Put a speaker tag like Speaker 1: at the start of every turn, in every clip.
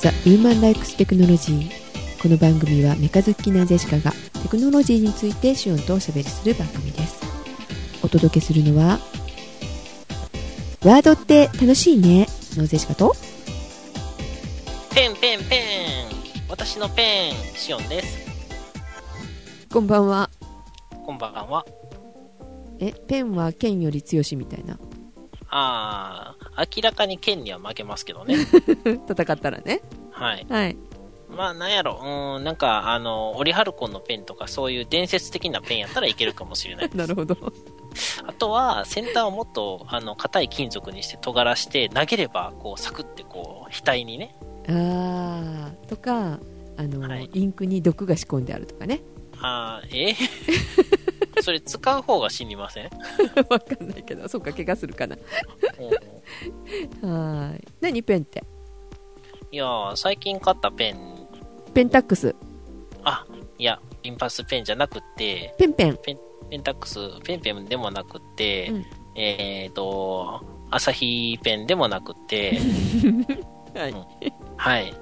Speaker 1: The Human Likes Technology この番組はメカ好きなゼシカがテクノロジーについてシオンとおしゃべりする番組ですお届けするのはワードって楽しいねのゼシカと
Speaker 2: ペンペンペン私のペンシオンです
Speaker 1: こんばんは
Speaker 2: こんばんは
Speaker 1: えペンは剣より強しみたいな
Speaker 2: あー明らかに剣には負けますけどね
Speaker 1: 戦ったらね
Speaker 2: はい
Speaker 1: はい
Speaker 2: まあなんやろうーんなんかあのオリハルコンのペンとかそういう伝説的なペンやったらいけるかもしれな い
Speaker 1: なるほど
Speaker 2: あとは先端をもっとあの硬い金属にして尖らして投げればこうサクってこう額にね
Speaker 1: あーとかあの、
Speaker 2: はい
Speaker 1: インクに毒が仕込んであるとかね
Speaker 2: あーえそれ使う方が死にません
Speaker 1: わかんないけどそうか怪我するかな
Speaker 2: うん
Speaker 1: はーい何ペンって
Speaker 2: いやー最近買ったペン
Speaker 1: ペンタックス
Speaker 2: あいやリンパスペンじゃなくって
Speaker 1: ペンペン
Speaker 2: ペンタックス、ペンペンでもなくって、
Speaker 1: うん
Speaker 2: えっ、と、アサヒペンでもなく て、
Speaker 1: はい
Speaker 2: うんはい。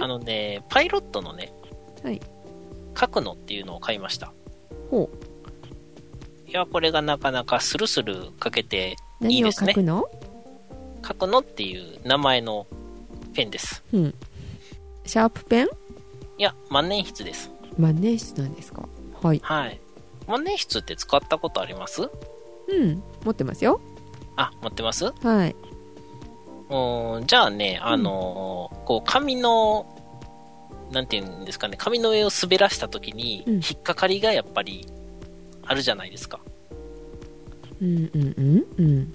Speaker 2: あのね、パイロットのね、
Speaker 1: はい
Speaker 2: 書くのっていうのを買いました。
Speaker 1: ほう
Speaker 2: いや、これがなかなかスルスル書けて、いい
Speaker 1: 何を
Speaker 2: で
Speaker 1: 書
Speaker 2: すね
Speaker 1: くの
Speaker 2: 書くのっていう名前のペンです。
Speaker 1: うんシャープペン
Speaker 2: いや、万年筆です。
Speaker 1: 万年筆なんですかはい
Speaker 2: はい。万年筆って使ったことあります
Speaker 1: うん持ってますよ
Speaker 2: あ、持ってます
Speaker 1: はい
Speaker 2: うんじゃあね、あのーこう、紙の、なんていうんですかね、紙の上を滑らした時に、
Speaker 1: うん
Speaker 2: 引っかかりがやっぱり、あるじゃないですか。
Speaker 1: うんうんうんうん
Speaker 2: うん、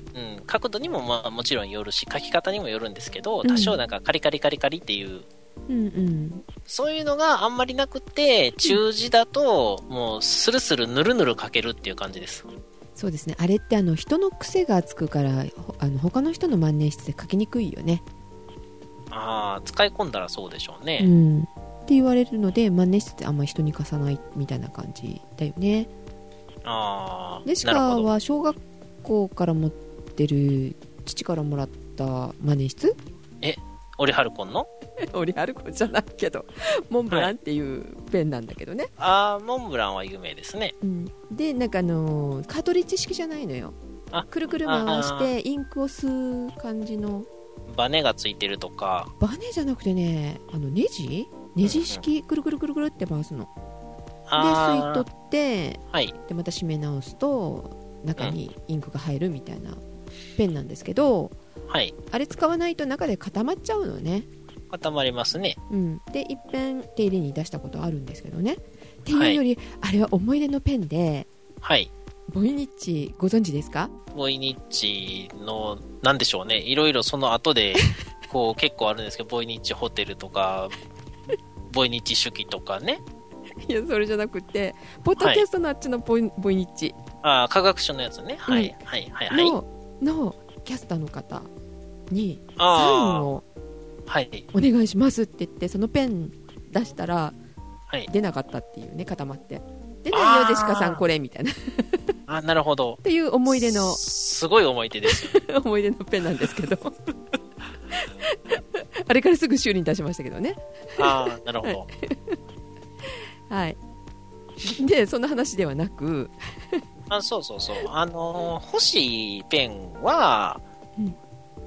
Speaker 2: 角度にもまあもちろんよるし、書き方にもよるんですけど、
Speaker 1: うん
Speaker 2: 多少なんかカリカリカリカリっていう、
Speaker 1: うんうん
Speaker 2: そういうのがあんまりなくて、中字だと、もうスルスルぬるぬる書けるっていう感じです。
Speaker 1: そうですねあれってあの人の癖がつくからほあの他の人の万年筆で書きにくいよね
Speaker 2: ああ、使い込んだらそうでしょうね。
Speaker 1: うん、って言われるので万年筆ってあんまり人に貸さないみたいな感じだよね
Speaker 2: あ
Speaker 1: で
Speaker 2: あ、
Speaker 1: し
Speaker 2: なる
Speaker 1: か
Speaker 2: ほど。
Speaker 1: は小学校から持ってる父からもらった万年 筆
Speaker 2: オリハルコンの
Speaker 1: オリハルコじゃないけどモンブランっていうペンなんだけどね、
Speaker 2: ああ、モンブランは有名ですね。
Speaker 1: うん、でなんかあのーカートリッジ式じゃないのよ
Speaker 2: あ
Speaker 1: くるくる回してインクを吸う感じの
Speaker 2: バネがついてるとか、
Speaker 1: バネじゃなくてねあのネジネジ式くるくるくるくるって回すので吸い取って
Speaker 2: はい。
Speaker 1: でまた締め直すと中にインクが入るみたいなペンなんですけど
Speaker 2: はい。
Speaker 1: あれ使わないと中で固まっちゃうのね、
Speaker 2: 固まりますね。
Speaker 1: うん、でいっぺん手入れに出したことあるんですけどねっていうより、あれは思い出のペンで
Speaker 2: はい。
Speaker 1: ボイニッチご存知ですか
Speaker 2: ボイニッチの、なんでしょうね。いろいろその 後で、こう結構あるんですけど、ボイニッチホテルとか、ボイニッチ手記とかね。
Speaker 1: いやそれじゃなくてポッドキャストのあっちのボイ,、ボイニッチ
Speaker 2: ああ、科学書のやつね。はい。はい。はい。はい。
Speaker 1: の,、のキャスターの方にサイン
Speaker 2: あ
Speaker 1: を
Speaker 2: あ、はい。
Speaker 1: お願いしますって言ってそのペン出したら
Speaker 2: はい。
Speaker 1: 出なかったっていうね固まって出ないよジェシカさんこれみたいな
Speaker 2: あなるほど
Speaker 1: っ。ていう思い出の
Speaker 2: すごい思い出です。
Speaker 1: 思い出のペンなんですけど あれからすぐ修理に出しましたけどね
Speaker 2: ああ、なるほど。
Speaker 1: はいでそんな話ではなく
Speaker 2: あそうそうそう。あのー欲しいペンは、
Speaker 1: うん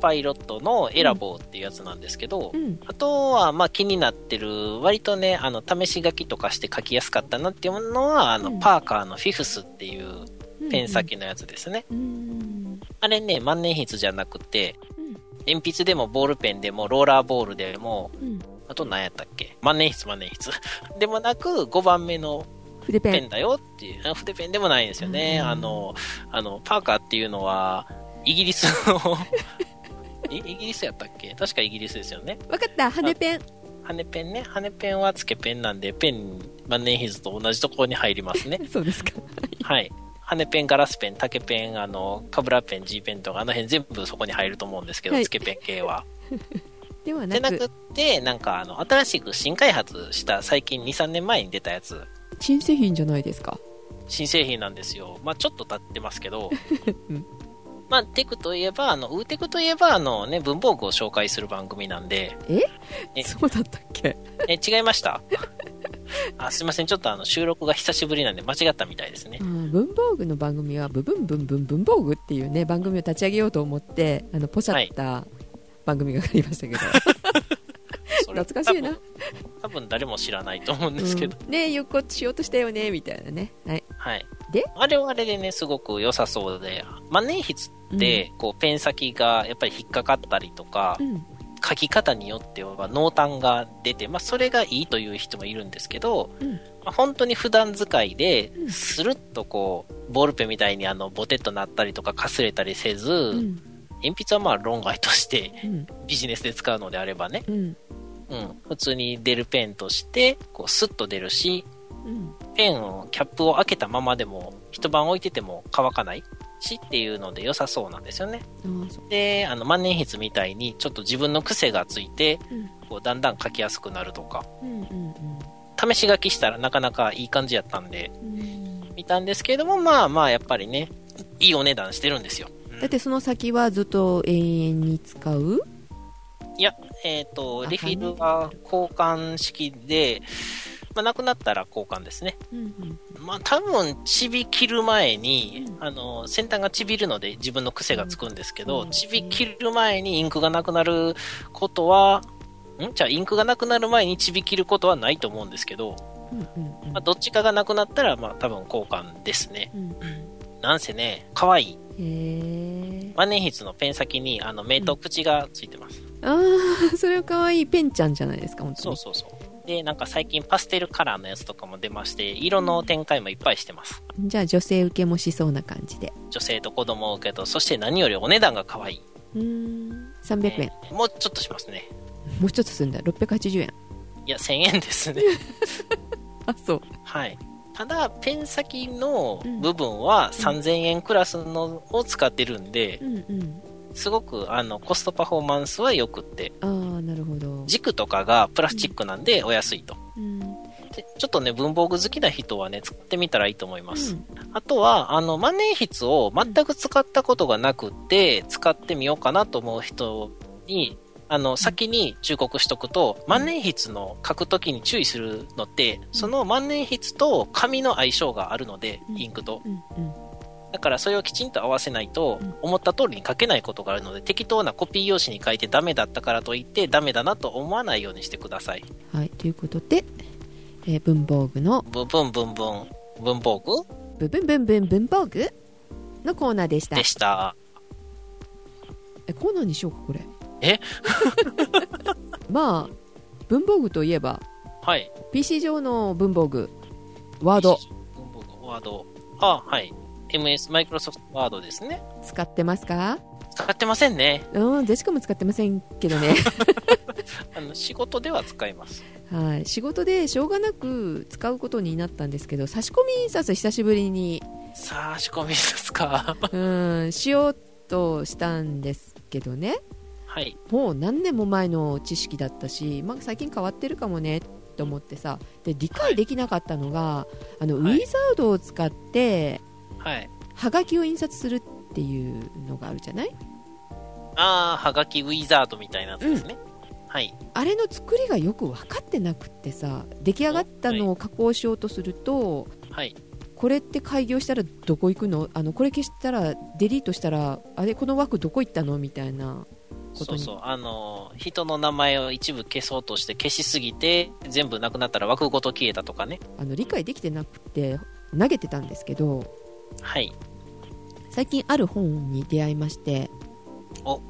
Speaker 2: パイロットのエラボーっていうやつなんですけど、
Speaker 1: うん
Speaker 2: あとは、まあ気になってる、割とね、あの、試し書きとかして書きやすかったなっていうのは、あの、
Speaker 1: うん
Speaker 2: パーカーのフィフスっていうペン先のやつですね。
Speaker 1: うんうん
Speaker 2: あれね、万年筆じゃなくて、
Speaker 1: うん
Speaker 2: 鉛筆でもボールペンでもローラーボールでも、
Speaker 1: うん
Speaker 2: あと何やったっけ万年筆万年筆。 でもなく、5番目の
Speaker 1: 筆ペン
Speaker 2: ペンだよっていう、あ筆ペンでもないんですよね。
Speaker 1: うん
Speaker 2: あの、あの、パーカーっていうのは、イギリス のえ、イギリスやったっけ確かイギリスですよね。
Speaker 1: わかった羽ペン
Speaker 2: 羽ペンね。羽ペンはつけペンなんで、ペン、万年筆と同じところに入りま すね。
Speaker 1: そうですか
Speaker 2: はい。羽ペン、ガラスペン、竹ペン、あの、カブラペン、G ペンとか、あの辺全部そこに入ると思うんですけど、
Speaker 1: はい
Speaker 2: つけペン系は。
Speaker 1: では
Speaker 2: じ
Speaker 1: な
Speaker 2: ゃな
Speaker 1: く
Speaker 2: くって、なんか、あの、新しく新開発した、最近2、3年前に出たやつ、
Speaker 1: 新製品じゃないですか
Speaker 2: 新製品なんですよ。まあちょっと経ってますけど
Speaker 1: うん、
Speaker 2: まあ、テクといえば、あの、ウーテクといえば、あのね、文房具を紹介する番組なんで、え
Speaker 1: そうだったっけ
Speaker 2: え、違いましたあ、すいません、ちょっとあの、収録が久しぶりなんで間違ったみたいです ね
Speaker 1: あ。ー文房具の番組は「ブブンブンブン文房具」っていうね番組を立ち上げようと思ってあのポシャった番組がありま したけど、
Speaker 2: それ
Speaker 1: 懐かしいな
Speaker 2: 多分多分誰も知らないと思うんですけど、
Speaker 1: うんねえ有効しようとしたよねみたいなね、はい、
Speaker 2: はい。
Speaker 1: で
Speaker 2: あれはあれでね、すごく良さそうで、万年筆って、こう、ペン先がやっぱり引っかかったりとか
Speaker 1: う、ん
Speaker 2: 書き方によっては濃淡が出て、まあ、それがいいという人もいるんですけど、
Speaker 1: うん
Speaker 2: まあ本当に普段使いで
Speaker 1: うん
Speaker 2: スルッとこうボールペンみたいにあのボテッとなったりとかかすれたりせず、
Speaker 1: うん
Speaker 2: 鉛筆はまあ論外として
Speaker 1: うん
Speaker 2: ビジネスで使うのであればね、
Speaker 1: うん
Speaker 2: うん、普通に出るペンとしてこうスッと出るし
Speaker 1: うん
Speaker 2: ペンをキャップを開けたままでも一晩置いてても乾かないしっていうので良さそうなんですよね
Speaker 1: ああそう
Speaker 2: であの万年筆みたいにちょっと自分の癖がついて
Speaker 1: うん
Speaker 2: こうだんだん書きやすくなるとか
Speaker 1: うんうん
Speaker 2: 試し書きしたらなかなかいい感じやったんで
Speaker 1: うんうん
Speaker 2: 見たんですけれどもまあまあやっぱりねいいお値段してるんですよ、うん
Speaker 1: だってその先はずっと永遠に使う
Speaker 2: えっ、と
Speaker 1: あ
Speaker 2: レフィルは交換式で、まあ、なくなったら交換ですね
Speaker 1: うん
Speaker 2: まあ多分ちび切る前に、
Speaker 1: うん
Speaker 2: あの先端がちびるので自分の癖がつくんですけ
Speaker 1: う
Speaker 2: ど
Speaker 1: ん
Speaker 2: ちび切る前にインクがなくなることはんじゃあインクがなくなる前にちび切ることはないと思うんですけど、
Speaker 1: うんうんうん
Speaker 2: まあ、どっちかがなくなったらまあ多分交換ですね
Speaker 1: うん
Speaker 2: なんせね、可愛い。
Speaker 1: へえ
Speaker 2: 万年筆のペン先に、あの、目と口がついてます。
Speaker 1: ああそれは可愛いペンちゃんじゃないですか本当
Speaker 2: そう
Speaker 1: に
Speaker 2: そうそう。で、なんか最近パステルカラーのやつとかも出まして、色の展開もいっぱいしてます。
Speaker 1: じゃあ女性受けもしそうな感じで
Speaker 2: 女性と子供を受けと、そして何よりお値段が可愛い。
Speaker 1: うーん300円
Speaker 2: ねもうちょっとしますね。
Speaker 1: もうちょっとするんだ680円
Speaker 2: いや、1000円で すね。
Speaker 1: あそう
Speaker 2: はい。ただ、ペン先の
Speaker 1: うん
Speaker 2: 部分は3000円クラスのを使ってるんで、
Speaker 1: うんうん
Speaker 2: すごく、あの、コストパフォーマンスは良くって、
Speaker 1: ああなるほど
Speaker 2: 軸とかがプラスチックなんでお安いと。
Speaker 1: うん
Speaker 2: でちょっとね、文房具好きな人はね、使ってみたらいいと思います。
Speaker 1: うん
Speaker 2: あとは、あの、万年筆を全く使ったことがなくて、使ってみようかなと思う人に、あの、先に忠告しとくと、万年筆の書くときに注意するのって、その万年筆と紙の相性があるので
Speaker 1: う、ん
Speaker 2: インクと。
Speaker 1: うんうん
Speaker 2: だからそれをきちんと合わせないと
Speaker 1: うん、
Speaker 2: 思った通りに書けないことがあるので、適当なコピー用紙に書いてダメだったからといって、ダメだなと思わないようにしてください。
Speaker 1: はいということで、えー文房具の
Speaker 2: ブンブンブンブン、文房具
Speaker 1: 部分文文文房具のコーナーでした
Speaker 2: でした。
Speaker 1: えコーナーにしようかこれ
Speaker 2: え
Speaker 1: まあ文房具といえば
Speaker 2: はい。
Speaker 1: PC 上の文房具ワード。
Speaker 2: 文房具ワード。あ、はい。MS、マイクロソフトワードですね。
Speaker 1: 使ってますか
Speaker 2: 使ってませんね。
Speaker 1: うんジェシカも使ってませんけどね
Speaker 2: あの、仕事では使います。
Speaker 1: はい仕事でしょうがなく使うことになったんですけど差し込み印刷久しぶり に
Speaker 2: さあ、仕込みですか。
Speaker 1: うんしようとしたんですけどね
Speaker 2: はい。
Speaker 1: もう何年も前の知識だったし、まあ、最近変わってるかもねと思ってさで理解できなかったのが、あのウ
Speaker 2: はい
Speaker 1: ィザードを使って
Speaker 2: はい。
Speaker 1: はがきを印刷するっていうのがあるじゃない
Speaker 2: あー、はがきウィザードみたいなやつですね。はい。
Speaker 1: あれの作りがよく分かってなくってさ出来上がったのを加工しようとすると、
Speaker 2: はい。
Speaker 1: これって開業したらどこ行くのあのこれ消したらデリートしたらあれこの枠どこ行ったのみたいなこと
Speaker 2: そう
Speaker 1: に
Speaker 2: そう。あのー、人の名前を一部消そうとして消しすぎて、全部なくなったら枠ごと消えたとかね。
Speaker 1: あの理解できてなくて投げてたんですけど
Speaker 2: はい。
Speaker 1: 最近ある本に出会いまして
Speaker 2: お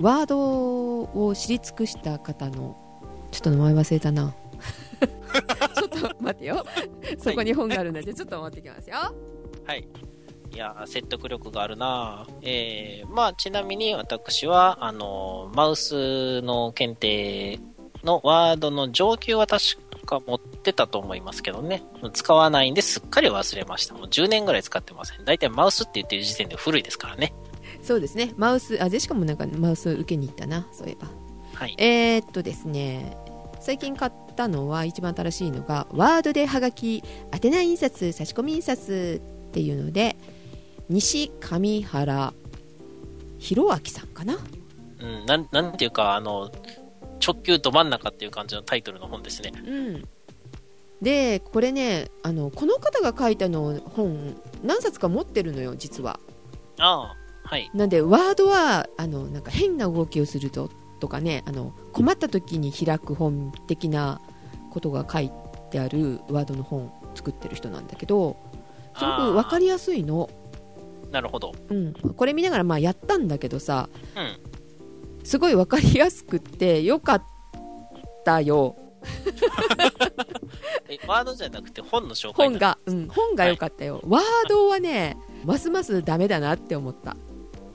Speaker 1: ワードを知り尽くした方のちょっと名前忘れたなちょっと待ってよそこに本があるのでちょっと持ってきますよ
Speaker 2: はい。いやー、説得力があるなーえー、まあ、ちなみに私は、あのーマウスの検定のワードの上級は確か持ってたと思いますけどね。使わないんですっかり忘れました。もう10年ぐらい使ってません。大体マウスって言ってる時点で古いですからね。
Speaker 1: そうですねマウスあジェシカもなんかマウス受けに行ったなそういえば
Speaker 2: はい。
Speaker 1: えー、っとですね最近買ったのは一番新しいのがワードではがき宛名印刷差し込み印刷っていうので西上原ひろあきさんかな
Speaker 2: うん、なんなんていうか、あの、直球ど真ん中っていう感じのタイトルの本ですね。
Speaker 1: うん、でこれねあのこの方が書いたの本何冊か持ってるのよ実は
Speaker 2: ああ、はい。
Speaker 1: なんでワードはあのなんか変な動きをするととかねあの困った時に開く本的なことが書いてあるワードの本作ってる人なんだけどすごく分かりやすいの、
Speaker 2: ああなるほど。
Speaker 1: うん、これ見ながらまあやったんだけどさ
Speaker 2: うん。
Speaker 1: すごい分かりやすくってよかったよ
Speaker 2: え、ワードじゃなくて本の紹介
Speaker 1: 本が、うん、本が良かったよ、ワードはねますますダメだなって思った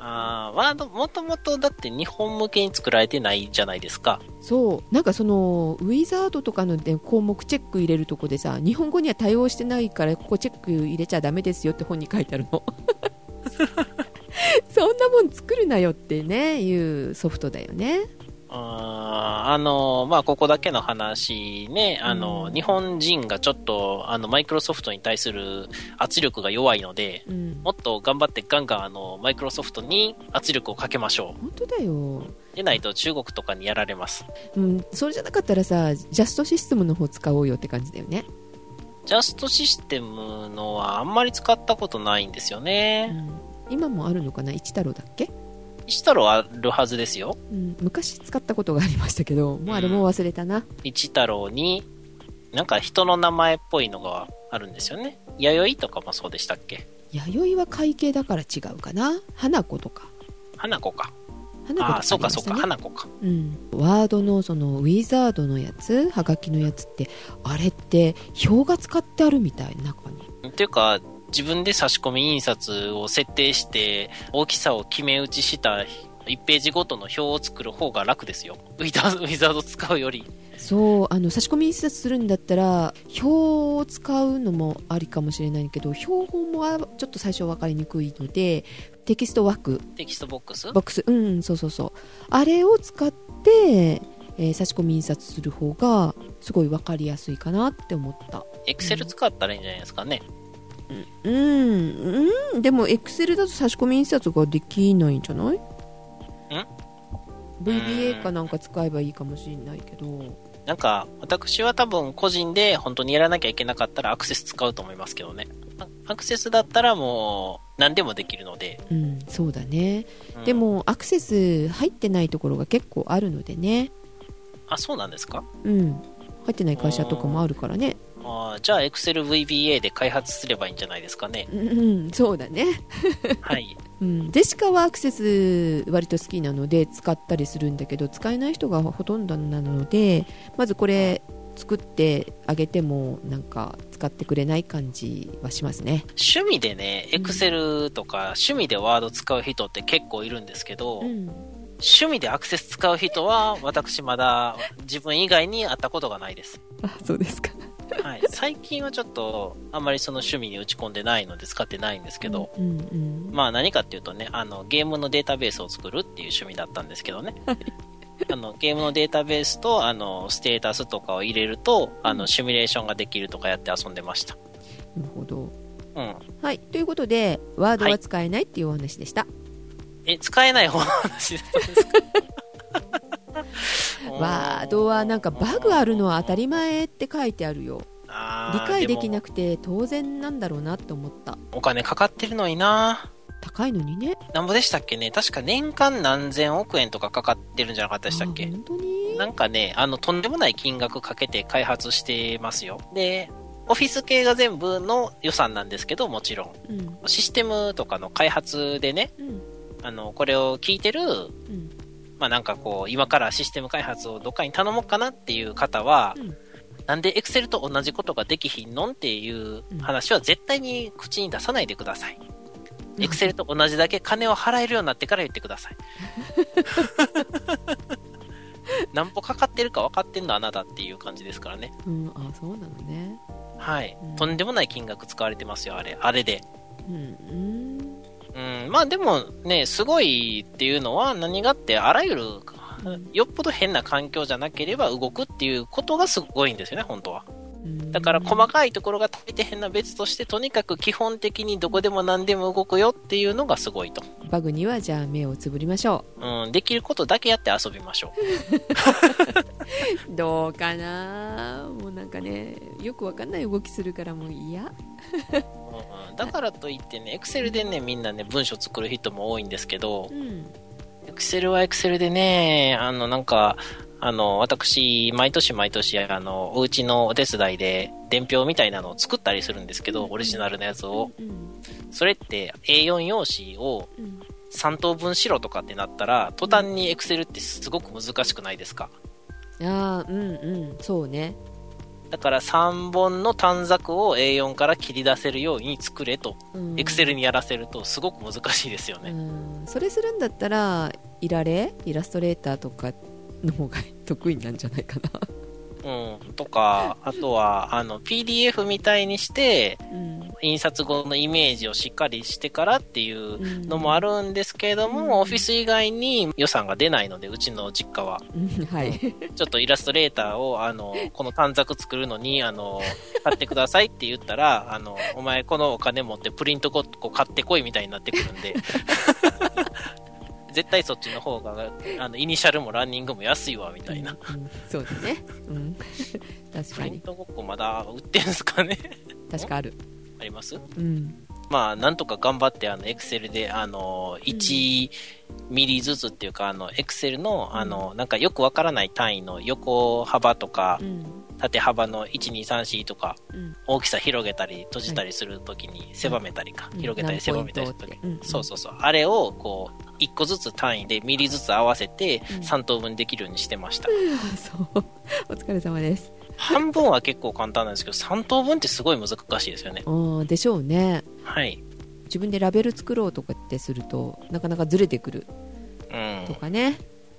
Speaker 2: ああ、ワード、もともとだって日本向けに作られてないじゃないですか。
Speaker 1: そうなんかそのウィザードとかの、ね、項目チェック入れるとこでさ日本語には対応してないからここチェック入れちゃダメですよって本に書いてある のそんなもん作るなよってねいうソフトだよね
Speaker 2: あーあの、まあ、ここだけの話ね、あの、
Speaker 1: うん
Speaker 2: 日本人がちょっと、あの、マイクロソフトに対する圧力が弱いので、
Speaker 1: うん
Speaker 2: もっと頑張ってガンガン、あの、マイクロソフトに圧力をかけましょ
Speaker 1: 本当だよ、
Speaker 2: う。でないと中国とかにやられます。
Speaker 1: うん、それじゃなかったらさジャストシステムの方使おうよって感じだよね、
Speaker 2: ジャストシステムのはあんまり使ったことないんですよ
Speaker 1: う
Speaker 2: ね。
Speaker 1: ん今もあるのかな一太郎だっけ、
Speaker 2: 一太郎あるはずですよ。
Speaker 1: うん、昔使ったことがありましたけどもうあれも忘れたな、
Speaker 2: 一太郎に、なんか人の名前っぽいのがあるんですよね。弥生とかもそうでしたっけ
Speaker 1: 弥生は会計だから違うかな花子とか
Speaker 2: 花子か。
Speaker 1: 花子とか
Speaker 2: ああ、そうかそうか、
Speaker 1: ありましたね
Speaker 2: 花子か。
Speaker 1: うん、ワードのそのウィザードのやつはがきのやつってあれって表が使ってあるみたい中に
Speaker 2: っていうか、自分で差し込み印刷を設定して、大きさを決め打ちした1ページごとの表を作る方が楽ですよ。ウィザードウィザード使うより。
Speaker 1: そうあの差し込み印刷するんだったら表を使うのもありかもしれないけど標本もあちょっと最初分かりにくいのでテキスト枠
Speaker 2: テキストボックス
Speaker 1: ボックスうんそうそうそうあれを使って、えー差し込み印刷する方がすごい分かりやすいかなって思った
Speaker 2: エクセル使ったらいいんじゃないですかね。
Speaker 1: うん、うん、でもエクセルだと差し込み印刷ができないんじゃないん ?VBA かなんか使えばいいかもしれないけど
Speaker 2: なんか、私は多分個人で本当にやらなきゃいけなかったらアクセス使うと思いますけどね。あアクセスだったらもう何でもできるので。
Speaker 1: うんそうだね、
Speaker 2: うん
Speaker 1: で。もアクセス入ってないところが結構あるのでね
Speaker 2: あ、そうなんですか
Speaker 1: うん入ってない会社とかもあるからね
Speaker 2: あーじゃあ Excel VBA で開発すればいいんじゃないですかね
Speaker 1: 。うん、うん、そうだね、
Speaker 2: はい。
Speaker 1: うん、デシカはアクセス割と好きなので使ったりするんだけど使えない人がほとんどなのでまずこれ作ってあげてもなんか使ってくれない感じはしますね
Speaker 2: 趣味でね、
Speaker 1: うん
Speaker 2: Excel とか趣味でワード使う人って結構いるんですけど、
Speaker 1: うん
Speaker 2: 趣味でアクセス使う人は私まだ自分以外に会ったことがないです。
Speaker 1: あそうですか
Speaker 2: はい。最近はちょっとあんまりその趣味に打ち込んでないので使ってないんですけど、
Speaker 1: うんうん
Speaker 2: まあ何かっていうとね、あの、ゲームのデータベースを作るっていう趣味だったんですけどね。あの、ゲームのデータベースと、あの、ステータスとかを入れると、あの、シミュレーションができるとかやって遊んでました。
Speaker 1: なるほど
Speaker 2: うん。
Speaker 1: はいということでワードは使えないっていうお話でした、
Speaker 2: え、使えない方の話だったん ですか
Speaker 1: ワードはなんかバグあるのは当たり前って書いてあるよ理解できな
Speaker 2: く
Speaker 1: くて当然なんだろうなって思った
Speaker 2: お金かかってるのにな
Speaker 1: 高いのにね
Speaker 2: なんぼでしたっけね確か年間何千億円とかかかってるんじゃなかったでしたっけ
Speaker 1: あ本当に
Speaker 2: なんかね、あの、とんでもない金額かけて開発してますよ。で、オフィス系が全部の予算なんですけど、もちろん。
Speaker 1: うん
Speaker 2: システムとかの開発でね、
Speaker 1: うん
Speaker 2: あの、これを聞いてる、
Speaker 1: うん
Speaker 2: まあなんかこう、今からシステム開発をどっかに頼もうかなっていう方は、
Speaker 1: うん
Speaker 2: なんで Excel と同じことができひんのんっていう話は絶対に口に出さないでください。
Speaker 1: うん
Speaker 2: Excel と同じだけ金を払えるようになってから言ってください。何歩かかってるか分かってんのあなたっていう感じですからね。
Speaker 1: うんあそうなのね
Speaker 2: はい。
Speaker 1: うん
Speaker 2: とんでもない金額使われてますよ、あれ。あれで。
Speaker 1: うんうん
Speaker 2: うん、まあでもね、すごいっていうのは何がって、あらゆる、よっぽど変な環境じゃなければ動くっていうことがすごいんですよね、本当は。だから細かいところが大変な別として、とにかく基本的にどこでも何でも動くよっていうのがすごいと。
Speaker 1: バグにはじゃあ目をつぶりましょ
Speaker 2: うん、できることだけやって遊びましょ
Speaker 1: うどうかなもうなんかねよくわかんない動きするからもう嫌
Speaker 2: う。うん、だからといってね、エクセルでね、みんなね、文章作る人も多いんですけど
Speaker 1: う、ん
Speaker 2: エクセルはエクセルでね、あの、なんか、あの、私、毎年毎年、あの、お家のお手伝いで、伝票みたいなのを作ったりするんですけど、オリジナルのやつを。
Speaker 1: うん
Speaker 2: それって A4 用紙を
Speaker 1: うん
Speaker 2: 3等分しろとかってなったら途端に Excel ってすごく難しくないですか
Speaker 1: ああうんうんそうね
Speaker 2: だから3本の短冊を A4 から切り出せるように作れと
Speaker 1: うん
Speaker 2: Excel にやらせるとすごく難しいですよね
Speaker 1: うんそれするんだったらいられイラストレーターとかの方が得意なんじゃないか
Speaker 2: うんとかあとはあの PDF みたいにして
Speaker 1: な、うん
Speaker 2: 印刷後のイメージをしっかりしてからっていうのもあ
Speaker 1: る、
Speaker 2: るんですけれど
Speaker 1: うん
Speaker 2: もオフィス以外に予算が出ないのでうちの実家は
Speaker 1: うんはい、
Speaker 2: ちょっとイラストレーターを、あの、この短冊作るのに、あの、買ってくださいって言ったら、あの、お前このお金持ってプリントコッコ買ってこいみたいになってくるんで。絶対そっちの方が、あの、イニシャルもランニングも安いわ、みたいな。
Speaker 1: うんそうだね、うん確
Speaker 2: プ
Speaker 1: か
Speaker 2: リン
Speaker 1: に
Speaker 2: トごっこまだ売ってんすかね
Speaker 1: 確かある、
Speaker 2: あります
Speaker 1: うん、
Speaker 2: まあ、なんとか頑張って、あの、エクセルで、あの、1ミリずつっていうか、あの、エクセルの、あの、なんかよくわからない単位の横幅とか
Speaker 1: う、ん
Speaker 2: 縦幅の1234とか、
Speaker 1: うん
Speaker 2: 大きさ広げたり閉じたりするときに狭めたりか、
Speaker 1: うん
Speaker 2: 広げたり狭めたりするとき、
Speaker 1: 何ポイントってうん
Speaker 2: そうそうそうあれをこう1個ずつ単位でミリずつ合わせて
Speaker 1: うん
Speaker 2: 3等分できるようにしてました、
Speaker 1: あそうお疲れ様です
Speaker 2: 半分は結構簡単なんですけど3等分ってすごい難しいですよね
Speaker 1: うんでしょうね
Speaker 2: はい
Speaker 1: 自分でラベル作ろうとかってするとなかなかずれてくる
Speaker 2: うん
Speaker 1: とかね、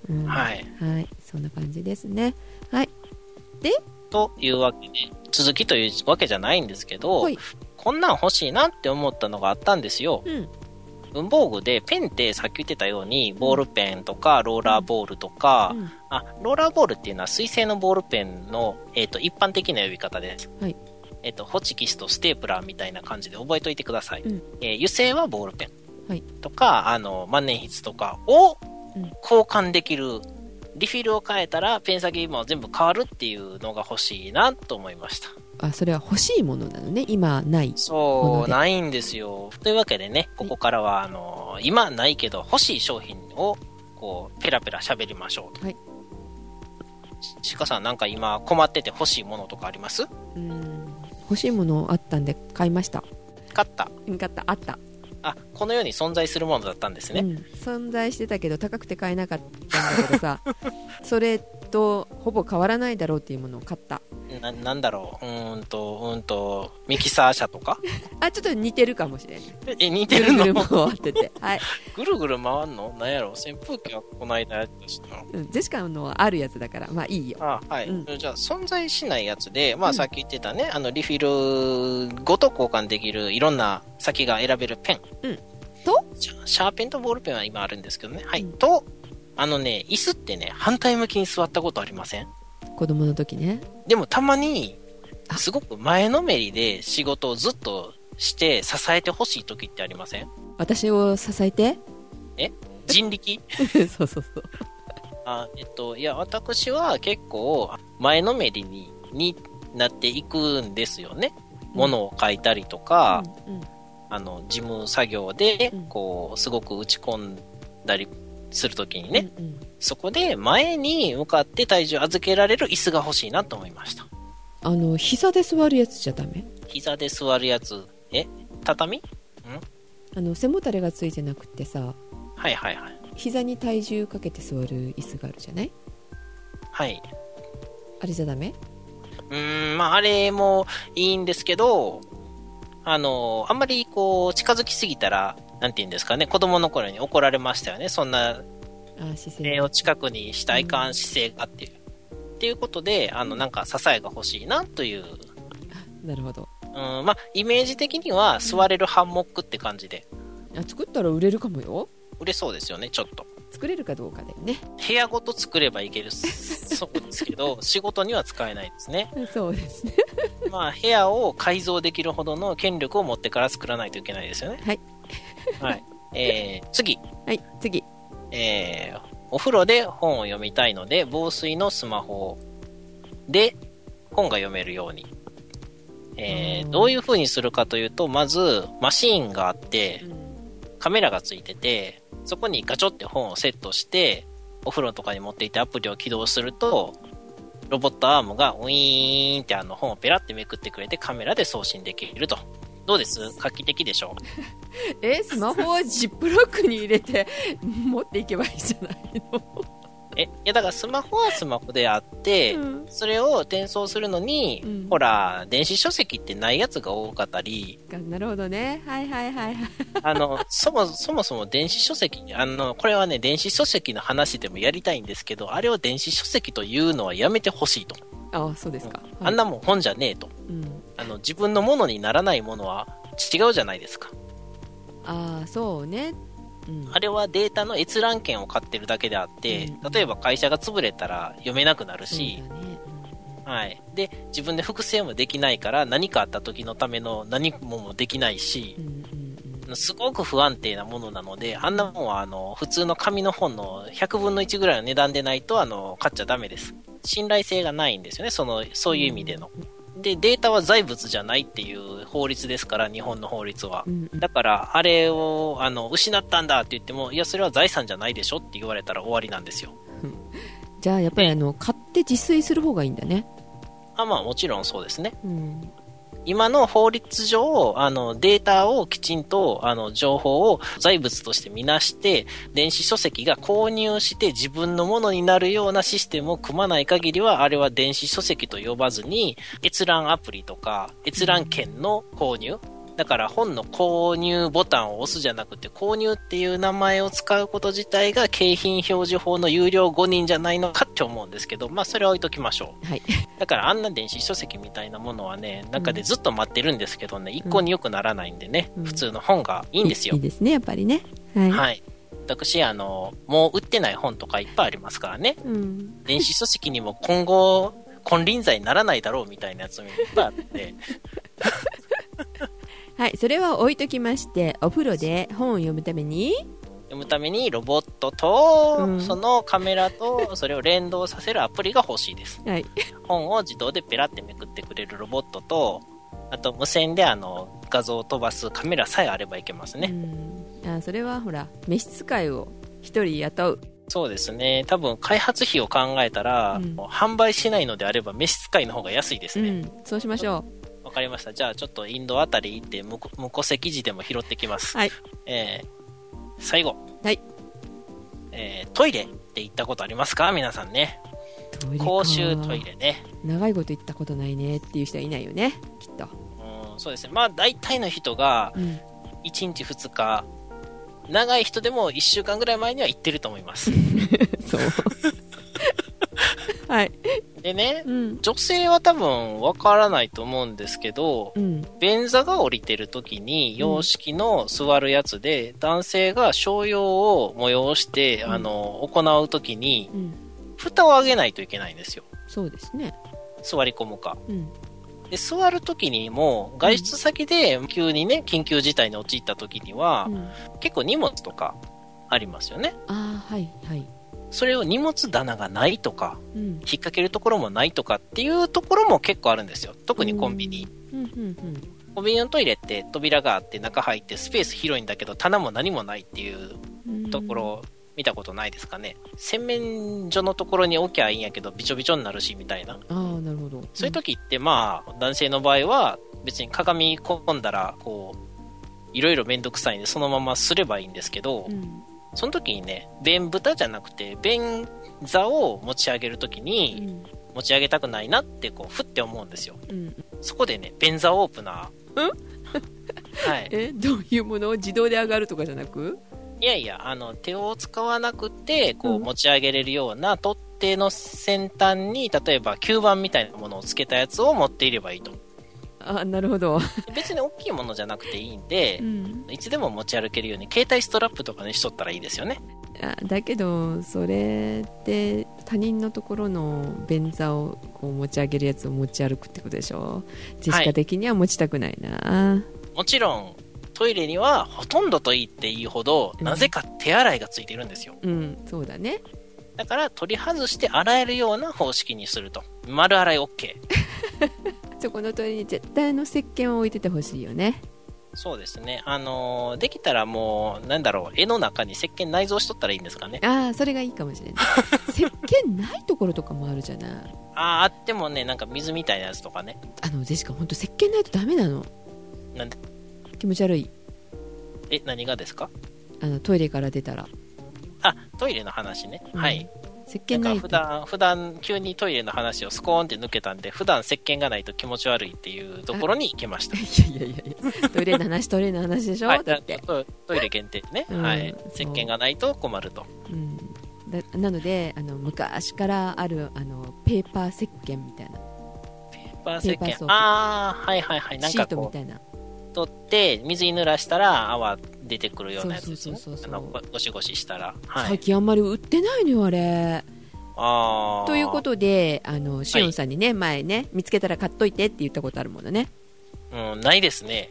Speaker 1: うん
Speaker 2: はい
Speaker 1: はいそんな感じですねはい
Speaker 2: というわけで続きというわけじゃないんですけど、
Speaker 1: はい
Speaker 2: こんなん欲しいなって思ったのがあったんですよ
Speaker 1: うん
Speaker 2: 文房具でペンってさっき言ってたようにボールペンとかローラーボールとか、
Speaker 1: うん
Speaker 2: あローラーボールっていうのは水性のボールペンの、えー、と一般的な呼び方です、
Speaker 1: はい
Speaker 2: えー、とホチキスとステープラーみたいな感じで覚えておいてください、
Speaker 1: うん
Speaker 2: えー油性はボールペン、
Speaker 1: はい
Speaker 2: とかあの万年筆とかを
Speaker 1: うん
Speaker 2: 交換できる、リフィルを変えたらペン先も全部変わるっていうのが欲しいなと思いました
Speaker 1: あそれは欲しいものなのね今ないも
Speaker 2: そ
Speaker 1: の
Speaker 2: う
Speaker 1: で
Speaker 2: ないんですよというわけでねここからはあの今ないけど欲しい商品をこうペラペラ喋りましょうと
Speaker 1: はい
Speaker 2: しかさんなんか今困ってて欲しいものとかあります
Speaker 1: うん欲しいものあったんで買いました
Speaker 2: 買った
Speaker 1: うん買ったあった、
Speaker 2: あこの世に存在するものだったんです
Speaker 1: う
Speaker 2: ね、
Speaker 1: ん、存在してたけど高くて買えなかったんだけどさ それとほぼ変わらないだろうっていうものを買った
Speaker 2: ななんだろううーんとうーんとミキサー車とか
Speaker 1: あちょっと似てるかもしれない
Speaker 2: え似てるの
Speaker 1: ぐるぐる回ってて、はい
Speaker 2: ぐるぐる回んのなんやろ扇風機はこないだやったしな
Speaker 1: うん、ジェシカのあるやつだからまあいいよ
Speaker 2: あはい、
Speaker 1: う
Speaker 2: じゃあ存在しないやつで、
Speaker 1: う
Speaker 2: まあ、
Speaker 1: ん
Speaker 2: さっき言ってたね、あのリフィルごと交換できるいろんな先が選べるペン、
Speaker 1: うんと
Speaker 2: シャシャーペンとボールペンは今あるんですけどね、はい
Speaker 1: うん
Speaker 2: とあのね椅子ってね反対向きに座ったことありません
Speaker 1: 子供の時ね
Speaker 2: でもたまに
Speaker 1: あ
Speaker 2: すごく前のめりで仕事をずっとして支えてほしい時ってありません
Speaker 1: 私を支えて
Speaker 2: 人力
Speaker 1: そうそうそう
Speaker 2: あえっと、いや、私は結構、前のめりにになっていくんですよね。
Speaker 1: うん
Speaker 2: ものを書いたりとか、
Speaker 1: うんうん
Speaker 2: あの、事務作業で
Speaker 1: うん、
Speaker 2: こう、すごく打ち込んだりするときにね、
Speaker 1: うんうん
Speaker 2: そこで前に向かって体重預けられる椅子が欲しいなと思いました。
Speaker 1: あの膝で座るやつじゃダメ
Speaker 2: 膝で座るやつ、え畳
Speaker 1: あの背もたれがついてなくってさ
Speaker 2: はいはいはい。
Speaker 1: 膝に体重かけて座る椅子があるじゃない
Speaker 2: はい。
Speaker 1: あれじゃダメ
Speaker 2: うーん、まあ、あれもいいんですけど、あの、あんまりこう、近づきすぎたら、なんて言うんですかね、子供の頃に怒られましたよね。そんな、
Speaker 1: あ姿勢
Speaker 2: 目を近くにしたいかん姿勢がっていう。っていうことで、あの、なんか支えが欲しいなという、
Speaker 1: なるほど
Speaker 2: うん、まあ、イメージ的には座れるハンモックって感じで、
Speaker 1: あ作ったら売れるかもよ
Speaker 2: 売れそうですよね、ちょっと。
Speaker 1: 作れるかどうかだよね
Speaker 2: 部屋ごと作ればいけるそうですけど、仕事には使えないですね。
Speaker 1: そうですね
Speaker 2: まあ、部屋を改造できるほどの権力を持ってから作らないといけないですよね。
Speaker 1: はい。
Speaker 2: はい。えー、次。
Speaker 1: はい、次。
Speaker 2: えー、お風呂で本を読みたいので、防水のスマホで本が読めるように。え
Speaker 1: う
Speaker 2: ー、
Speaker 1: ん
Speaker 2: どういう風にするかというと、まず、マシーンがあって、カメラがついてて、そこにガチョって本をセットして、お風呂とかに持っていてアプリを起動すると、ロボットアームがウィーンってあの本をペラってめくってくれてカメラで送信できると。どうです画期的でしょう
Speaker 1: え、スマホはジップロックに入れて持っていけばいいじゃない
Speaker 2: え、いやだからスマホはスマホであって、
Speaker 1: の。
Speaker 2: それを転送するのに、
Speaker 1: うん
Speaker 2: ほら、電子書籍ってないやつが多かったり、
Speaker 1: なるほどね。はいはいはいはい。
Speaker 2: あの、 そも、そもそも電子書籍、あの、これはね、電子書籍の話でもやりたいんですけど、あれを電子書籍というのはやめてほしいと。
Speaker 1: ああ、そうですか。
Speaker 2: あん
Speaker 1: な、
Speaker 2: なもん本じゃねえと。
Speaker 1: うん。
Speaker 2: あの、自分のものにならないものは違うじゃないですか。
Speaker 1: ああ、そうね。うん。
Speaker 2: あれはデータの閲覧権を買ってるだけであって
Speaker 1: う、ん
Speaker 2: 例えば会社が潰れたら読めなくなるし
Speaker 1: そう、だね
Speaker 2: はい。で、自分で複製もできないから、何かあった時のための何ももできないし
Speaker 1: う、んうんうんうん
Speaker 2: すごく不安定なものなので、あんなもんはあの普通の紙の本の100分の1ぐらいの値段でないとあの買っちゃダメです。信頼性がないんですよね、そのそういう意味での。で、データは財物じゃないっていう法律ですから、日本の法律は。
Speaker 1: うんうん
Speaker 2: だから、あれをあの失ったんだって言っても、いや、それは財産じゃないでしょって言われたら終わりなんですよ。
Speaker 1: じゃあやっぱりあの買って自炊する方がいいんだね。
Speaker 2: あまあ、もちろんそうですね。
Speaker 1: うん。
Speaker 2: 今の法律上、あの、データをきちんと、あの、情報を財物としてみなして、電子書籍が購入して自分のものになるようなシステムを組まない限りは、あれは電子書籍と呼ばずに、閲覧アプリとか、閲覧券の購入。だから本の購入ボタンを押すじゃなくて、購入っていう名前を使うこと自体が景品表示法の有料誤認じゃないのかって思うんですけど、まあそれは置いときましょう。
Speaker 1: はい。
Speaker 2: だからあんな電子書籍みたいなものはね、中でずっと待ってるんですけどね、一向によくならないんでね、
Speaker 1: うん
Speaker 2: 普通の本がいいんです よ。
Speaker 1: いいですねやっぱりね。はい。
Speaker 2: はい。私、あの、もう売ってない本とかいっぱいありますか らね、
Speaker 1: うん。
Speaker 2: 電子書籍にも今後、金輪際にならないだろうみたいなやつもいっぱいあって、
Speaker 1: はい。それは置いときましてお風呂で本を読むために
Speaker 2: 読むためにロボットと、
Speaker 1: うん
Speaker 2: そのカメラと、それを連動させるアプリが欲しいです。
Speaker 1: はい。
Speaker 2: 本を自動でペラってめくってくれるロボットと、あと無線であの画像を飛ばすカメラさえあればいけますね。
Speaker 1: うん。あそれはほら召使いを一人雇う。
Speaker 2: そうですね。多分開発費を考えたら、
Speaker 1: うん
Speaker 2: 販売しないのであれば召使いの方が安いです
Speaker 1: う
Speaker 2: ね。
Speaker 1: ん。そうしましょ
Speaker 2: わ、かりました。じゃあちょっとインドあたり行って無無戸籍地でも拾ってきます。
Speaker 1: はい
Speaker 2: えー最後。
Speaker 1: はい
Speaker 2: えートイレって行ったことありますか皆さんね。
Speaker 1: う。トイレか
Speaker 2: 公衆トイ。レね。
Speaker 1: 長いこと言ったことないねっていう人はいないよねきっと。
Speaker 2: うん、そうですね。まあ大体の人が
Speaker 1: うん。
Speaker 2: 1日2日、長い人でも1週間ぐらい前には行ってると思います。
Speaker 1: そう。 はい。
Speaker 2: でね、
Speaker 1: うん。
Speaker 2: 女性は多分わからないと思うんですけど、
Speaker 1: うん。
Speaker 2: 便座が降りてる時に洋式の座るやつで、男性が商用を催して、
Speaker 1: うん
Speaker 2: あの行う時に
Speaker 1: うん。
Speaker 2: 蓋を上げないといけないんですよ
Speaker 1: そうですね。
Speaker 2: 座り込むか
Speaker 1: うん。
Speaker 2: で座る時にも外出先で急にね緊急事態に陥った時には、
Speaker 1: うん、
Speaker 2: 結構荷物とかありますよね
Speaker 1: ああはいはい。
Speaker 2: それを荷物棚がないとか
Speaker 1: うん。
Speaker 2: 引っ掛けるところもないとかっていうところも結構あるんですよ特にコンビニ、
Speaker 1: うんうんうん
Speaker 2: コンビニのトイレって扉があって中入ってスペース広いんだけど棚も何もないっていう
Speaker 1: うん
Speaker 2: ところ見たことないですかね洗面所のところに置きゃいいんやけどびちょびちょになるしみたいな
Speaker 1: ああなるほど
Speaker 2: そういう時ってまあ男性の場合は別に鏡込んだらこういろいろめんどくさいんでそのまますればいいんですけど
Speaker 1: うん
Speaker 2: その時にね便蓋じゃなくて便座を持ち上げる時
Speaker 1: う
Speaker 2: に
Speaker 1: ん
Speaker 2: 持ち上げたくないなってこうふって思うんですよ
Speaker 1: うん
Speaker 2: そこでね便座オープナーはい
Speaker 1: えどういうものを自動で上がるとかじゃなく
Speaker 2: いやいや、あの、手を使わなくて、
Speaker 1: う
Speaker 2: こう、
Speaker 1: ん
Speaker 2: 持ち上げれるような取っ手の先端に、例えば吸盤みたいなものをつけたやつを持っていればいいと。
Speaker 1: ああなるほど、
Speaker 2: 別に大きいものじゃなくていいんで
Speaker 1: う、ん、
Speaker 2: いつでも持ち歩けるように、携帯ストラップとかにしとったらいいですよね。
Speaker 1: あだけどそれって他人のところの便座をこう持ち上げるやつを持ち歩くってことでしょジェシカ的には持ちたくないな、
Speaker 2: もちろん、トイレにはほとんどといいっていうほど、
Speaker 1: うん
Speaker 2: なぜか手洗いがついてるんですよ。
Speaker 1: うんそうだね
Speaker 2: だから、取り外して洗えるような方式にすると。丸洗い OK。
Speaker 1: そこのトイレに絶対あの石鹸を置いててほしいよね
Speaker 2: そうですね。あのーできたらもう、なんだろう、絵の中に石鹸内蔵しとったらいいんですかね。
Speaker 1: ああそれがいいかもし れない石鹸ないところとかもあるじゃない
Speaker 2: あーあってもね、なんか水みたいなやつとかね。
Speaker 1: あのジェシカ本当石鹸ないとダメなの
Speaker 2: なんで
Speaker 1: 気持ち悪い
Speaker 2: え、何がですか
Speaker 1: あのトイレから出たら
Speaker 2: あ、トイレの話ね。
Speaker 1: うん
Speaker 2: はい。
Speaker 1: 石
Speaker 2: な
Speaker 1: 鹸
Speaker 2: ん
Speaker 1: な
Speaker 2: か
Speaker 1: い
Speaker 2: 普
Speaker 1: と
Speaker 2: 段、普段、急にトイレの話をスコーンって抜けたんで、普段石鹸がないと気持ち悪いっていうところに行きました。
Speaker 1: いやいやいやいやトイレの話トイレの話でしょ、
Speaker 2: はい、
Speaker 1: だって、
Speaker 2: トトイレ限定でね、
Speaker 1: うん
Speaker 2: はい
Speaker 1: そう
Speaker 2: 石鹸がないと困ると
Speaker 1: うん、だなのであの昔からあるあのペーパー石鹸みたいな
Speaker 2: ペーパー石
Speaker 1: ペーパーソ
Speaker 2: 鹸
Speaker 1: ープ
Speaker 2: ああはいはいはいなん
Speaker 1: シー
Speaker 2: か
Speaker 1: トみ
Speaker 2: こ
Speaker 1: たいな
Speaker 2: う取って水に濡らしたら泡出てくるようなやつですね
Speaker 1: そうそうそう
Speaker 2: あ
Speaker 1: そう
Speaker 2: のゴゴシゴシしたらは
Speaker 1: 最
Speaker 2: い
Speaker 1: 近あんまり売ってないのよあれ
Speaker 2: ああ
Speaker 1: ということであのシオンさんにね、前ね見つけたら買っといてって言ったことあるものね、
Speaker 2: うんないです ね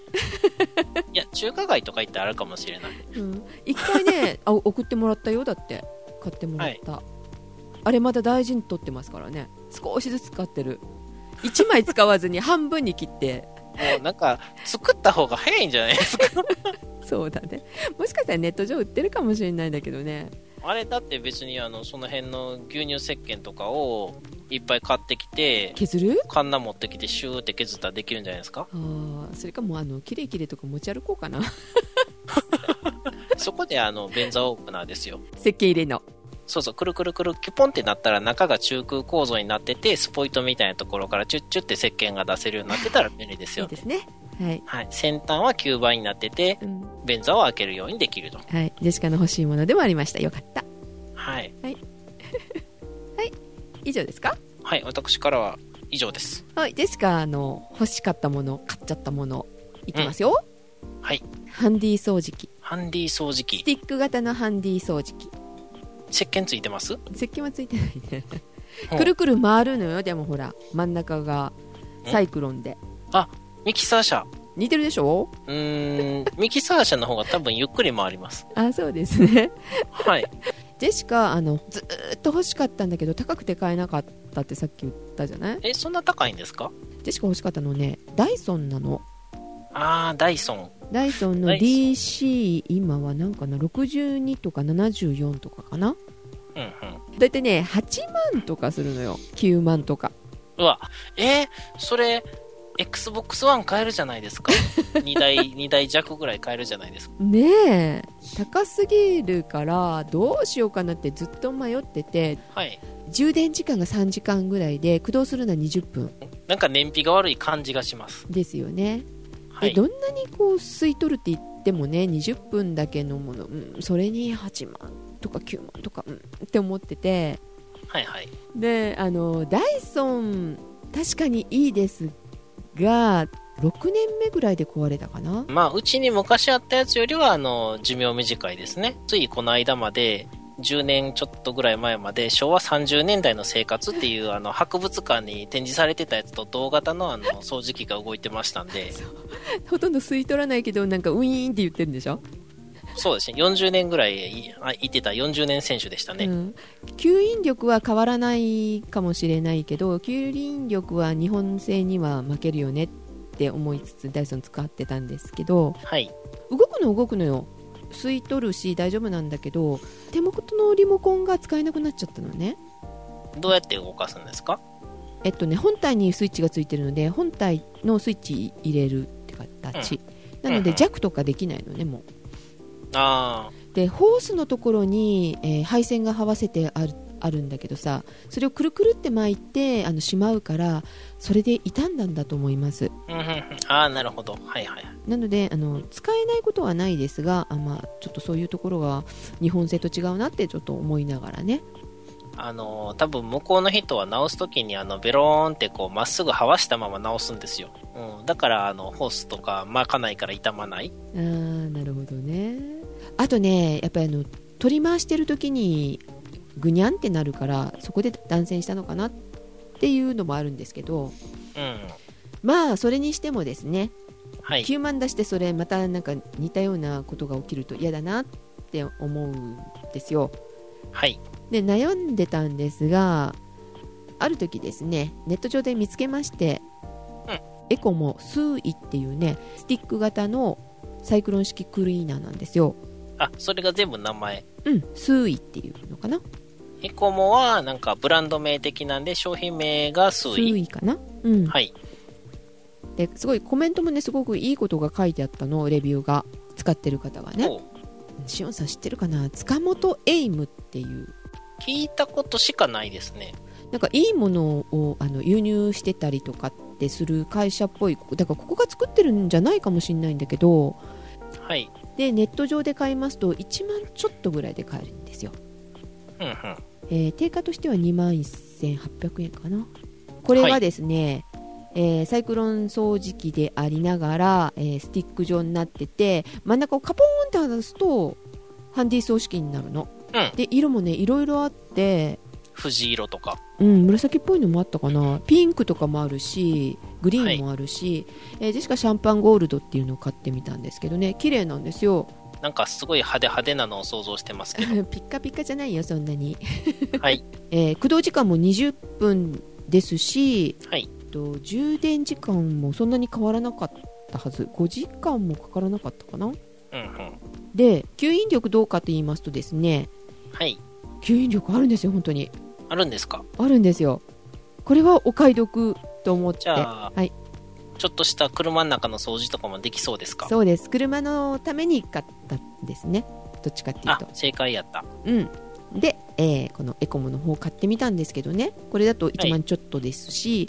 Speaker 2: いや中華街とか行ってあるかもしれない
Speaker 1: うん、一回ね あ送ってもらったよだって買ってもらった、あれまだ大事に取ってますからね少しずつ使ってる1枚使わずに半分に切って
Speaker 2: もうなんか作った方が早いんじゃないですか
Speaker 1: そうだねもしかしたらネット上売ってるかもしれないんだけどね
Speaker 2: あれだって別にあのその辺の牛乳石鹸とかをいっぱい買ってきて
Speaker 1: 削る
Speaker 2: カンナ持ってきてシューって削ったらできるんじゃないですか
Speaker 1: ああそれかもうあのキレイキレイとか持ち歩こうかな
Speaker 2: そこであの便座オープナーですよ
Speaker 1: 石鹸入れの
Speaker 2: そうそう、くるくるくる、キュポンってなったら中が中空構造になってて、スポイトみたいなところからチュッチュって石鹸が出せるようになってたら便利で
Speaker 1: い
Speaker 2: す
Speaker 1: い
Speaker 2: よ
Speaker 1: で
Speaker 2: ね。
Speaker 1: すねはい、
Speaker 2: はい。先端は吸盤になってて、
Speaker 1: うん、
Speaker 2: 便座を開けるようにできると。
Speaker 1: はいジェシカの欲しいものでもありましたよかった
Speaker 2: はい。
Speaker 1: 以上ですか
Speaker 2: はい、私からは以上です。
Speaker 1: はいジェシカの欲しかったもの買っちゃったものいきますよ、
Speaker 2: はい
Speaker 1: ハンディ掃除機
Speaker 2: ハンディ掃除
Speaker 1: ス
Speaker 2: 機。
Speaker 1: ティック型のハンディ掃除機
Speaker 2: 石鹸ついてます
Speaker 1: 石鹸はついてないね
Speaker 2: ほう
Speaker 1: くるくる回るのよでもほら真ん中がサイクロンで
Speaker 2: ミキサー車。
Speaker 1: 似てるでしょ
Speaker 2: うーん、 ミキサー車の方が多分ゆっくり回ります。
Speaker 1: あそうですね
Speaker 2: はい。
Speaker 1: ジェシカあのずーっと欲しかったんだけど高くて買えなかったってさっき言ったじゃない
Speaker 2: え、そんな高いんですか
Speaker 1: ジェシカ欲しかったのねダイソンなの
Speaker 2: あー、ダイソン。
Speaker 1: ダイソンの
Speaker 2: ダイソン
Speaker 1: DC 今は何かな62とか74とかかな
Speaker 2: うんうん。
Speaker 1: だいたいね8万とかするのよ9万とか
Speaker 2: うわ、えーそれ、Xbox One 買えるじゃないです か。2台、2台弱ぐらい買えるじゃないですか。
Speaker 1: ねえ高すぎるからどうしようかなってずっと迷ってて
Speaker 2: はい。
Speaker 1: 充電時間が3時間ぐらいで駆動するのは20分
Speaker 2: なんか燃費が悪い感じがします。
Speaker 1: ですよね
Speaker 2: は
Speaker 1: で
Speaker 2: い。
Speaker 1: どんなにこう吸い取るって言ってもね20分だけのもの、うん、それに8万とか9万とか、うん、って思ってて
Speaker 2: はいはい。
Speaker 1: であのダイソン確かにいいですが6年目ぐらいで壊れたかな
Speaker 2: まあ、うちに昔あったやつよりは、あの、寿命短いですね。ついこの間まで、10年ちょっとぐらい前まで、昭和30年代の生活っていう、あの、博物館に展示されてたやつと同型の、あの、掃除機が動いてましたんで、
Speaker 1: ほとんど吸い取らないけどなんかウィーンって言ってるんでしょ、
Speaker 2: そうですね。40年ぐらいいあいてた40年選手でしたね。
Speaker 1: うん、吸引力は変わらないかもしれないけど吸引力は日本製には負けるよねって思いつつダイソン使ってたんですけど
Speaker 2: はい。
Speaker 1: 動くの動くのよ吸い取るし大丈夫なんだけど手元のリモコンが使えなくなっちゃったのね
Speaker 2: どうやって動かすんですか
Speaker 1: えっとね本体にスイッチがついてるので本体のスイッチ入れるって形、なの
Speaker 2: う
Speaker 1: で
Speaker 2: ん
Speaker 1: 弱とかできないのねもう
Speaker 2: ああ、
Speaker 1: でホースのところに、えー配線が這わせてあるあるんだけどさそれをくるくるって巻いてあのしまうからそれで傷んだんだと思います
Speaker 2: うんうんうんああ、なるほど。はいはいはい。
Speaker 1: なのであの使えないことはないですがあ、まあ、ちょっとそういうところが日本製と違うなってちょっと思いながらね
Speaker 2: あのー、多分向こうの人は直すときに、あの、ベローンってこう、まっすぐはわしたまま直すんですよ。うん。だから、あの、ホースとか巻かないから傷まない。
Speaker 1: あーなるほどねあとねやっぱりあの取り回してる時にぐにゃんってなるからそこで断線したのかなっていうのもあるんですけど
Speaker 2: うん。
Speaker 1: まあそれにしてもですね
Speaker 2: はい。
Speaker 1: 9万出してそれまたなんか似たようなことが起きると嫌だなって思うんですよ
Speaker 2: はい。
Speaker 1: で悩んでたんですがある時ですねネット上で見つけまして、
Speaker 2: うん
Speaker 1: エコモスーイっていうねスティック型のサイクロン式クリーナーなんですよ
Speaker 2: あ、それが全部名前。
Speaker 1: うんスーイっていうのかな
Speaker 2: エコモは、なんかブランド名的なんで、商品名がス
Speaker 1: ス
Speaker 2: イ。
Speaker 1: ーイかなうん、
Speaker 2: はい。
Speaker 1: ですごいコメントもねすごくいいことが書いてあったのレビューが使ってる方がね
Speaker 2: お
Speaker 1: しおんさん知ってるかな塚本エイムっていう
Speaker 2: 聞いたことしかないですね。
Speaker 1: なんかいいものをあの輸入してたりとかってする会社っぽいだからここが作ってるんじゃないかもしれないんだけど
Speaker 2: はい。
Speaker 1: でネット上で買いますと1万ちょっとぐらいで買えるんですよ、
Speaker 2: うんうん。
Speaker 1: えー定価としては2万1800円かなこれはですね、えーサイクロン掃除機でありながら、えースティック状になってて真ん中をカポーンって離すとハンディ掃除機になるの、
Speaker 2: うん
Speaker 1: で色もねいろいろあって
Speaker 2: 藤色とか。
Speaker 1: うん、紫っぽいのもあったかなピンクとかもあるしグリーンもあるし、えージェシカシャンパンゴールドっていうのを買ってみたんですけどね綺麗なんですよ
Speaker 2: なんかすごい派手派手なのを想像してますけど。
Speaker 1: ピッカピカじゃないよそんなに、
Speaker 2: はい。
Speaker 1: えー駆動時間も20分ですし、
Speaker 2: はい
Speaker 1: えっと、充電時間もそんなに変わらなかったはず5時間もかからなかったかな
Speaker 2: うんうん。
Speaker 1: で吸引力どうかと言いますとですね
Speaker 2: はい。
Speaker 1: 吸引力あるんですよ本当に
Speaker 2: あるんですか
Speaker 1: あるんですよこれはお買い得と思って
Speaker 2: じゃあ、
Speaker 1: はい
Speaker 2: ちょっとした車の中の掃除とかもできそうですか
Speaker 1: そうです車のために買ったんですねどっちかっていう
Speaker 2: あ
Speaker 1: と、
Speaker 2: 正解やった。
Speaker 1: うん、で、えーこのエコムの方を買ってみたんですけどねこれだと1万ちょっとですし、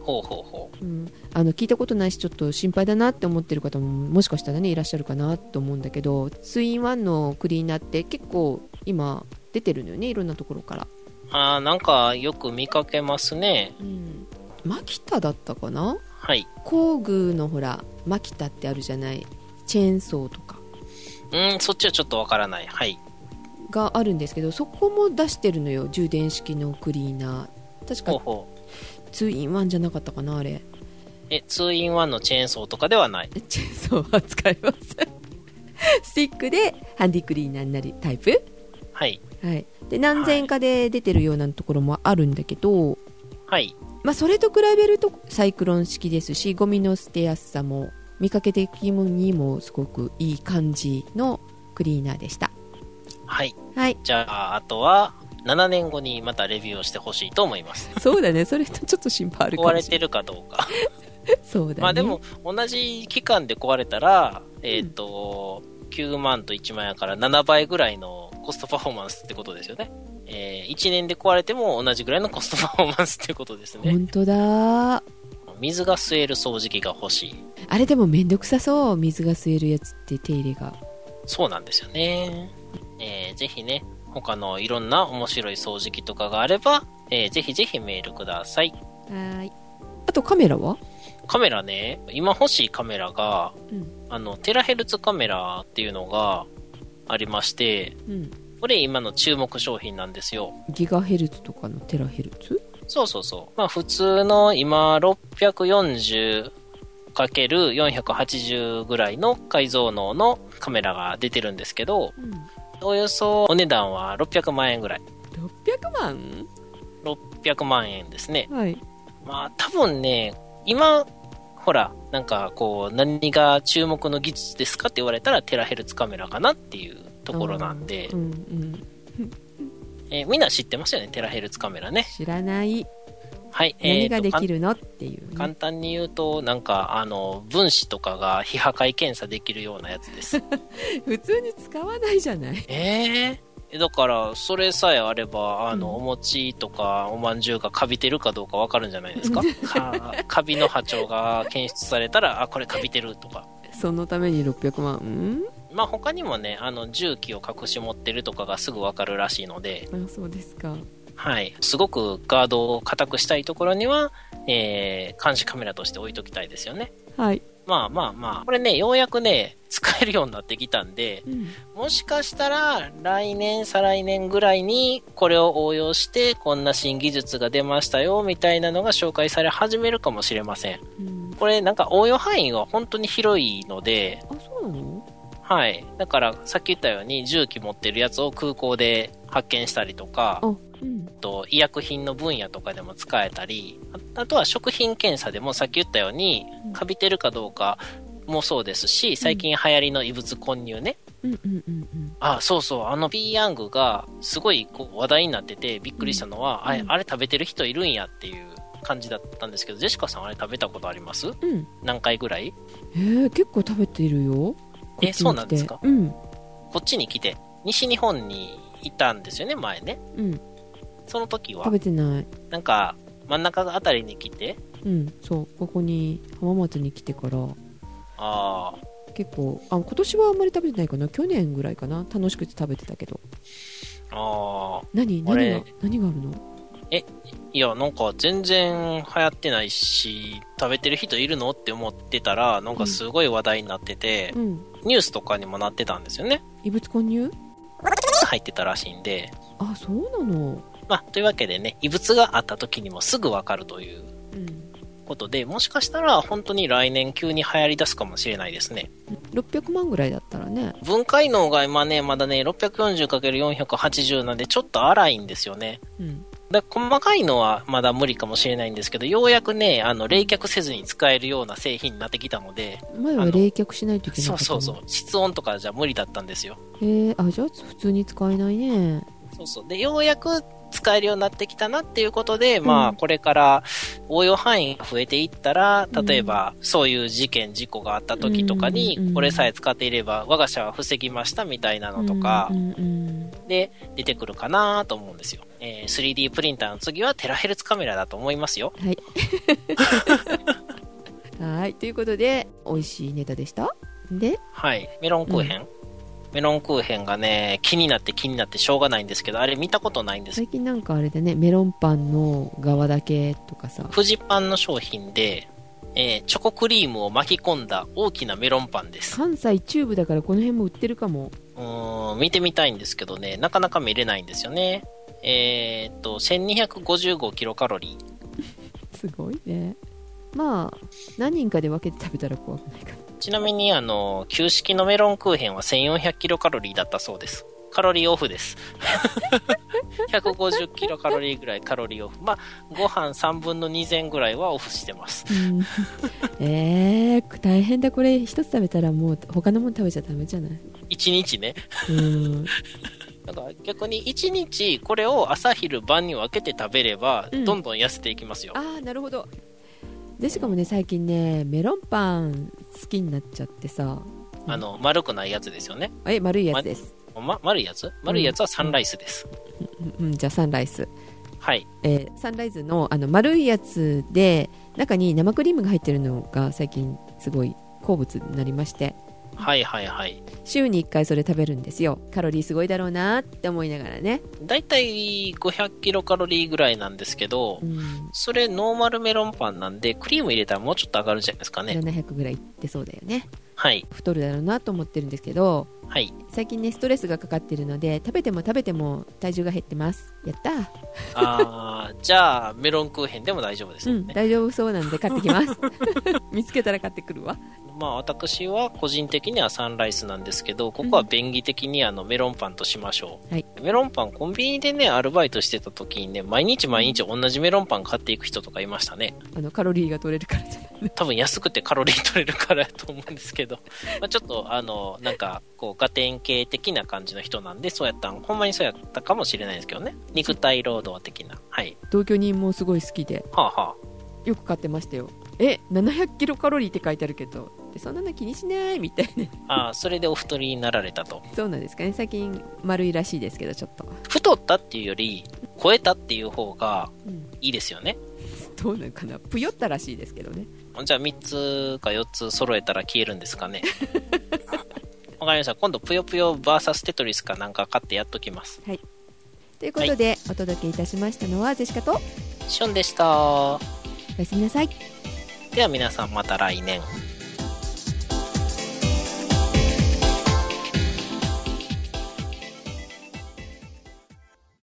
Speaker 2: ほうほうほう。
Speaker 1: うん、あの聞いたことないしちょっと心配だなって思ってる方ももしかしたらねいらっしゃるかなと思うんだけど 2in1 のクリーナーって結構今出てるのよねいろんなところから、
Speaker 2: あーなんかよく見かけますね。
Speaker 1: うん、マキタだったかな
Speaker 2: はい。
Speaker 1: 工具のほらマキタってあるじゃないチェーンソーとか
Speaker 2: うん、そっちはちょっとわからない。はい。
Speaker 1: があるんですけどそこも出してるのよ充電式のクリーナー確
Speaker 2: ほう
Speaker 1: か
Speaker 2: ほう。
Speaker 1: 2 in 1じゃなかったかなあれ
Speaker 2: え、2-in-1 のチェーンソーとかではない。
Speaker 1: チェーンソーは使いません スティックでハンディクリーナーになるタイプ、
Speaker 2: はい。
Speaker 1: はい、で何千円かで出てるようなところもあるんだけど、
Speaker 2: はい。
Speaker 1: まあ、それと比べるとサイクロン式ですしゴミの捨てやすさも見かけ的にもすごくいい感じのクリーナーでした
Speaker 2: はい。
Speaker 1: はい
Speaker 2: じゃあ、あとは、7年後にまたレビューをしてほしいと思います。
Speaker 1: そうだねそれとちょっと心配ある
Speaker 2: 壊れてるかどうか。
Speaker 1: そうだね
Speaker 2: まあでも、同じ期間で壊れたら、えっ、と、9万と1万やから7倍ぐらいのコストパフォーマンスってことですよね。え1年で壊れても同じぐらいのコストパフォーマンスってことですね。
Speaker 1: 本当だ
Speaker 2: 水が吸える掃除機が欲しい。
Speaker 1: あれでもめんどくさそう水が吸えるやつって手入れが
Speaker 2: そうなんですよね。えーぜひね、他のいろんな面白い掃除機とかがあれば、えーぜひぜひメールください。
Speaker 1: はいあとカメラは
Speaker 2: カメラね、今欲しいカメラが、
Speaker 1: うん
Speaker 2: あの、テラヘルツカメラっていうのがありまして、
Speaker 1: うん
Speaker 2: これ今の注目商品なんですよ。
Speaker 1: ギガヘルツとかのテラヘルツ
Speaker 2: そうそうそう。まあ普通の今 640×480 ぐらいの解像能のカメラが出てるんですけど、
Speaker 1: うん
Speaker 2: およそお値段は600万円ぐらい。
Speaker 1: 600万
Speaker 2: 600万円ですね。
Speaker 1: はい
Speaker 2: まあ多分ね、今、ほら、なんかこう、何が注目の技術ですかって言われたらテラヘルツカメラかなっていうところなんで
Speaker 1: う、んうん
Speaker 2: えーみんな知ってますよね、テラヘルツカメラね。
Speaker 1: 知らない
Speaker 2: はい。
Speaker 1: 何がで
Speaker 2: る
Speaker 1: きるのっていうね、
Speaker 2: 簡単に言うとなんかあの分子とかが非破壊検査できるようなやつです
Speaker 1: 普通に使わないじゃない
Speaker 2: ええだからそれさえあればあの、
Speaker 1: うん
Speaker 2: お餅とかおまんじゅうがカビてるかどうかわかるんじゃないですか かカビの波長が検出されたらあこれカビてるとか
Speaker 1: そのために600万
Speaker 2: まあ他にもねあの重機を隠し持ってるとかがすぐわかるらしいので、
Speaker 1: うんあそうですか
Speaker 2: はい、すごくガードを固くしたいところには、えー監視カメラとして置いときたいですよね
Speaker 1: はい
Speaker 2: まあまあまあ、これね、ようやくね、使えるようになってきたんで、
Speaker 1: うん
Speaker 2: もしかしたら来年、再来年ぐらいにこれを応用してこんな新技術が出ましたよみたいなのが紹介され始めるかもしれません。
Speaker 1: うん、
Speaker 2: これなんか応用範囲は本当に広いので、
Speaker 1: あそうなの
Speaker 2: はい。だからさっき言ったように銃器持ってるやつを空港で発見したりとか
Speaker 1: あ、うん
Speaker 2: あと医薬品の分野とかでも使えたり、ああとは食品検査でもさっき言ったように
Speaker 1: うん
Speaker 2: カビてるかどうかもそうですし、最近流行りの異物混入ね。
Speaker 1: うんうんうんうん
Speaker 2: あ、そうそう、あのピーヤングがすごいこう話題になっててびっくりしたのは、あれ
Speaker 1: うん
Speaker 2: あれ食べてる人いるんやっていう感じだったんですけど、ジェシカさんあれ食べたことあります
Speaker 1: うん
Speaker 2: 何回ぐらい
Speaker 1: えー、結構食べてるよ
Speaker 2: え
Speaker 1: こっちに来て
Speaker 2: そうなんですか
Speaker 1: うん
Speaker 2: こっちに来て、西日本にいたんですよね、前ね。
Speaker 1: うん
Speaker 2: その時は
Speaker 1: 食、べてない
Speaker 2: なんか真ん中あたりに来て、
Speaker 1: うんそうここに浜松に来てから
Speaker 2: ああ、
Speaker 1: 結構あ今年はあんまり食べてないかな去年ぐらいかな楽しくて食べてたけど
Speaker 2: ああ、
Speaker 1: 何
Speaker 2: あ
Speaker 1: 何
Speaker 2: れ
Speaker 1: が何があるの
Speaker 2: いや、なんか全然流行ってないし、食べてる人いるのって思ってたら、なんかすごい話題になってて、
Speaker 1: うん
Speaker 2: ニュースとかにもなってたんですよね。
Speaker 1: 異物混入
Speaker 2: 入ってたらしいんで。
Speaker 1: あそうなの
Speaker 2: まあ、というわけでね、異物があった時にもすぐわかるという
Speaker 1: うん
Speaker 2: ことで、もしかしたら本当に来年急に流行り出すかもしれないですね。
Speaker 1: 600万ぐらいだったらね
Speaker 2: 分解能が今ね、まだね、640×480 なんでちょっと荒いんですよね。
Speaker 1: うん
Speaker 2: だ細かいのはまだ無理かもしれないんですけど、ようやくね、あの、冷却せずに使えるような製品になってきたので、
Speaker 1: 前は
Speaker 2: あの
Speaker 1: 冷却しないといけなか
Speaker 2: そう
Speaker 1: った
Speaker 2: そう
Speaker 1: の
Speaker 2: そう、室温とかじゃ無理だったんですよ。
Speaker 1: へえあじゃあ普通に使えないね
Speaker 2: そうそう。で、ようやく使えるようになってきたなっていうことで、ま
Speaker 1: う
Speaker 2: あ、
Speaker 1: ん
Speaker 2: これから応用範囲が増えていったら、例えば、そういう事件、事故があった時とか
Speaker 1: うんうんう
Speaker 2: に
Speaker 1: ん、
Speaker 2: これさえ使っていれば、我が社は防ぎましたみたいなのとか
Speaker 1: う、んうん
Speaker 2: で、出てくるかなと思うんですよ。えー 3D プリンターの次はテラヘルツカメラだと思いますよ。
Speaker 1: うんはいということで美味しいネタでしたで
Speaker 2: はい。メロンクーヘン、メロンクーヘンがね、気になって気になってしょうがないんですけど、あれ見たことないんですよ
Speaker 1: 最近なんかあれだねメロンパンの側だけとかさ
Speaker 2: フジパンの商品で、えーチョコクリームを巻き込んだ大きなメロンパンです。
Speaker 1: 関西中部だからこの辺も売ってるかも
Speaker 2: うーん、見てみたいんですけどね、なかなか見れないんですよね。えーっと、1255キロカロリー。
Speaker 1: すごいねまあ何人かで分けて食べたら怖くないかな
Speaker 2: ちなみに、あの、旧式のメロンクーヘンは1400キロカロリーだったそうです。カロリーオフです。150キロカロリーぐらいカロリーオフ。まあ、ご飯3分の2前ぐらいはオフしてます。
Speaker 1: うん えー、大変だこれ一つ食べたらもう他のもの食べちゃダメじゃない
Speaker 2: 1日ね。
Speaker 1: うん
Speaker 2: だから逆に1日これを朝昼晩に分けて食べれば
Speaker 1: うん
Speaker 2: どんどん痩せていきますよ、
Speaker 1: ああなるほどでしかもね最近ねメロンパン好きになっちゃってさ
Speaker 2: あの丸くないやつですよね
Speaker 1: え丸いやつです、
Speaker 2: ま、丸いやつ丸いやつはサンライスです、
Speaker 1: うんうん、じゃあサンライス、
Speaker 2: はい
Speaker 1: えーサンライズのあの丸いやつで中に生クリームが入ってるのが最近すごい好物になりまして
Speaker 2: はいはいはい
Speaker 1: 週に1回それ食べるんですよカロリーすごいだろうなって思いながらね、
Speaker 2: だいたい500キロカロリーぐらいなんですけど
Speaker 1: うん、
Speaker 2: それノーマルメロンパンなんでクリーム入れたらもうちょっと上がるんじゃないですかね
Speaker 1: 700ぐらいいってそうだよね
Speaker 2: はい
Speaker 1: 太るだろうなと思ってるんですけど
Speaker 2: はい
Speaker 1: 最近ねストレスがかかってるので食べても食べても体重が減ってますやったー
Speaker 2: あーじゃあメロンクーヘンでも大丈夫です
Speaker 1: う
Speaker 2: よ
Speaker 1: ん、
Speaker 2: ね、
Speaker 1: 大丈夫そうなんで買ってきます 見つけたら買ってくるわ
Speaker 2: まあ私は個人的にはサンライスなんですけど、ここは便宜的にあのメロンパンとしましょう。
Speaker 1: はい
Speaker 2: メロンパン、コンビニでね、アルバイトしてた時にね、毎日毎日同じメロンパン買っていく人とかいましたね。
Speaker 1: あのカロリーが取れるからじゃない
Speaker 2: 多分安くてカロリー取れるからやと思うんですけど、 まあちょっとあの、なんか、こう、ガテン系的な感じの人なんで、そうやったん、ほんまにそうやったかもしれないですけどね。肉体労働的な。はい。
Speaker 1: 同居人もすごい好きで
Speaker 2: はあは
Speaker 1: よく買ってましたよえ700キロカロリーって書いてあるけどでそんなの気にしないみたいな
Speaker 2: あ。ああ、それでお太りになられたと。
Speaker 1: そうなんですかね最近丸いらしいですけどちょっと、
Speaker 2: 太ったっていうより、超えたっていう方が
Speaker 1: うん、
Speaker 2: いいですよね。
Speaker 1: どうなのかなぷよったらしいですけどね
Speaker 2: じゃあ3つか4つ揃えたら消えるんですかね。 わかりました。今度、ぷよぷよ VS テトリスかなんか買ってやっときます。
Speaker 1: ということで、お届けいたしましたのはジェシカと
Speaker 2: ションでした。
Speaker 1: おやすみなさい
Speaker 2: では皆さんまた来年。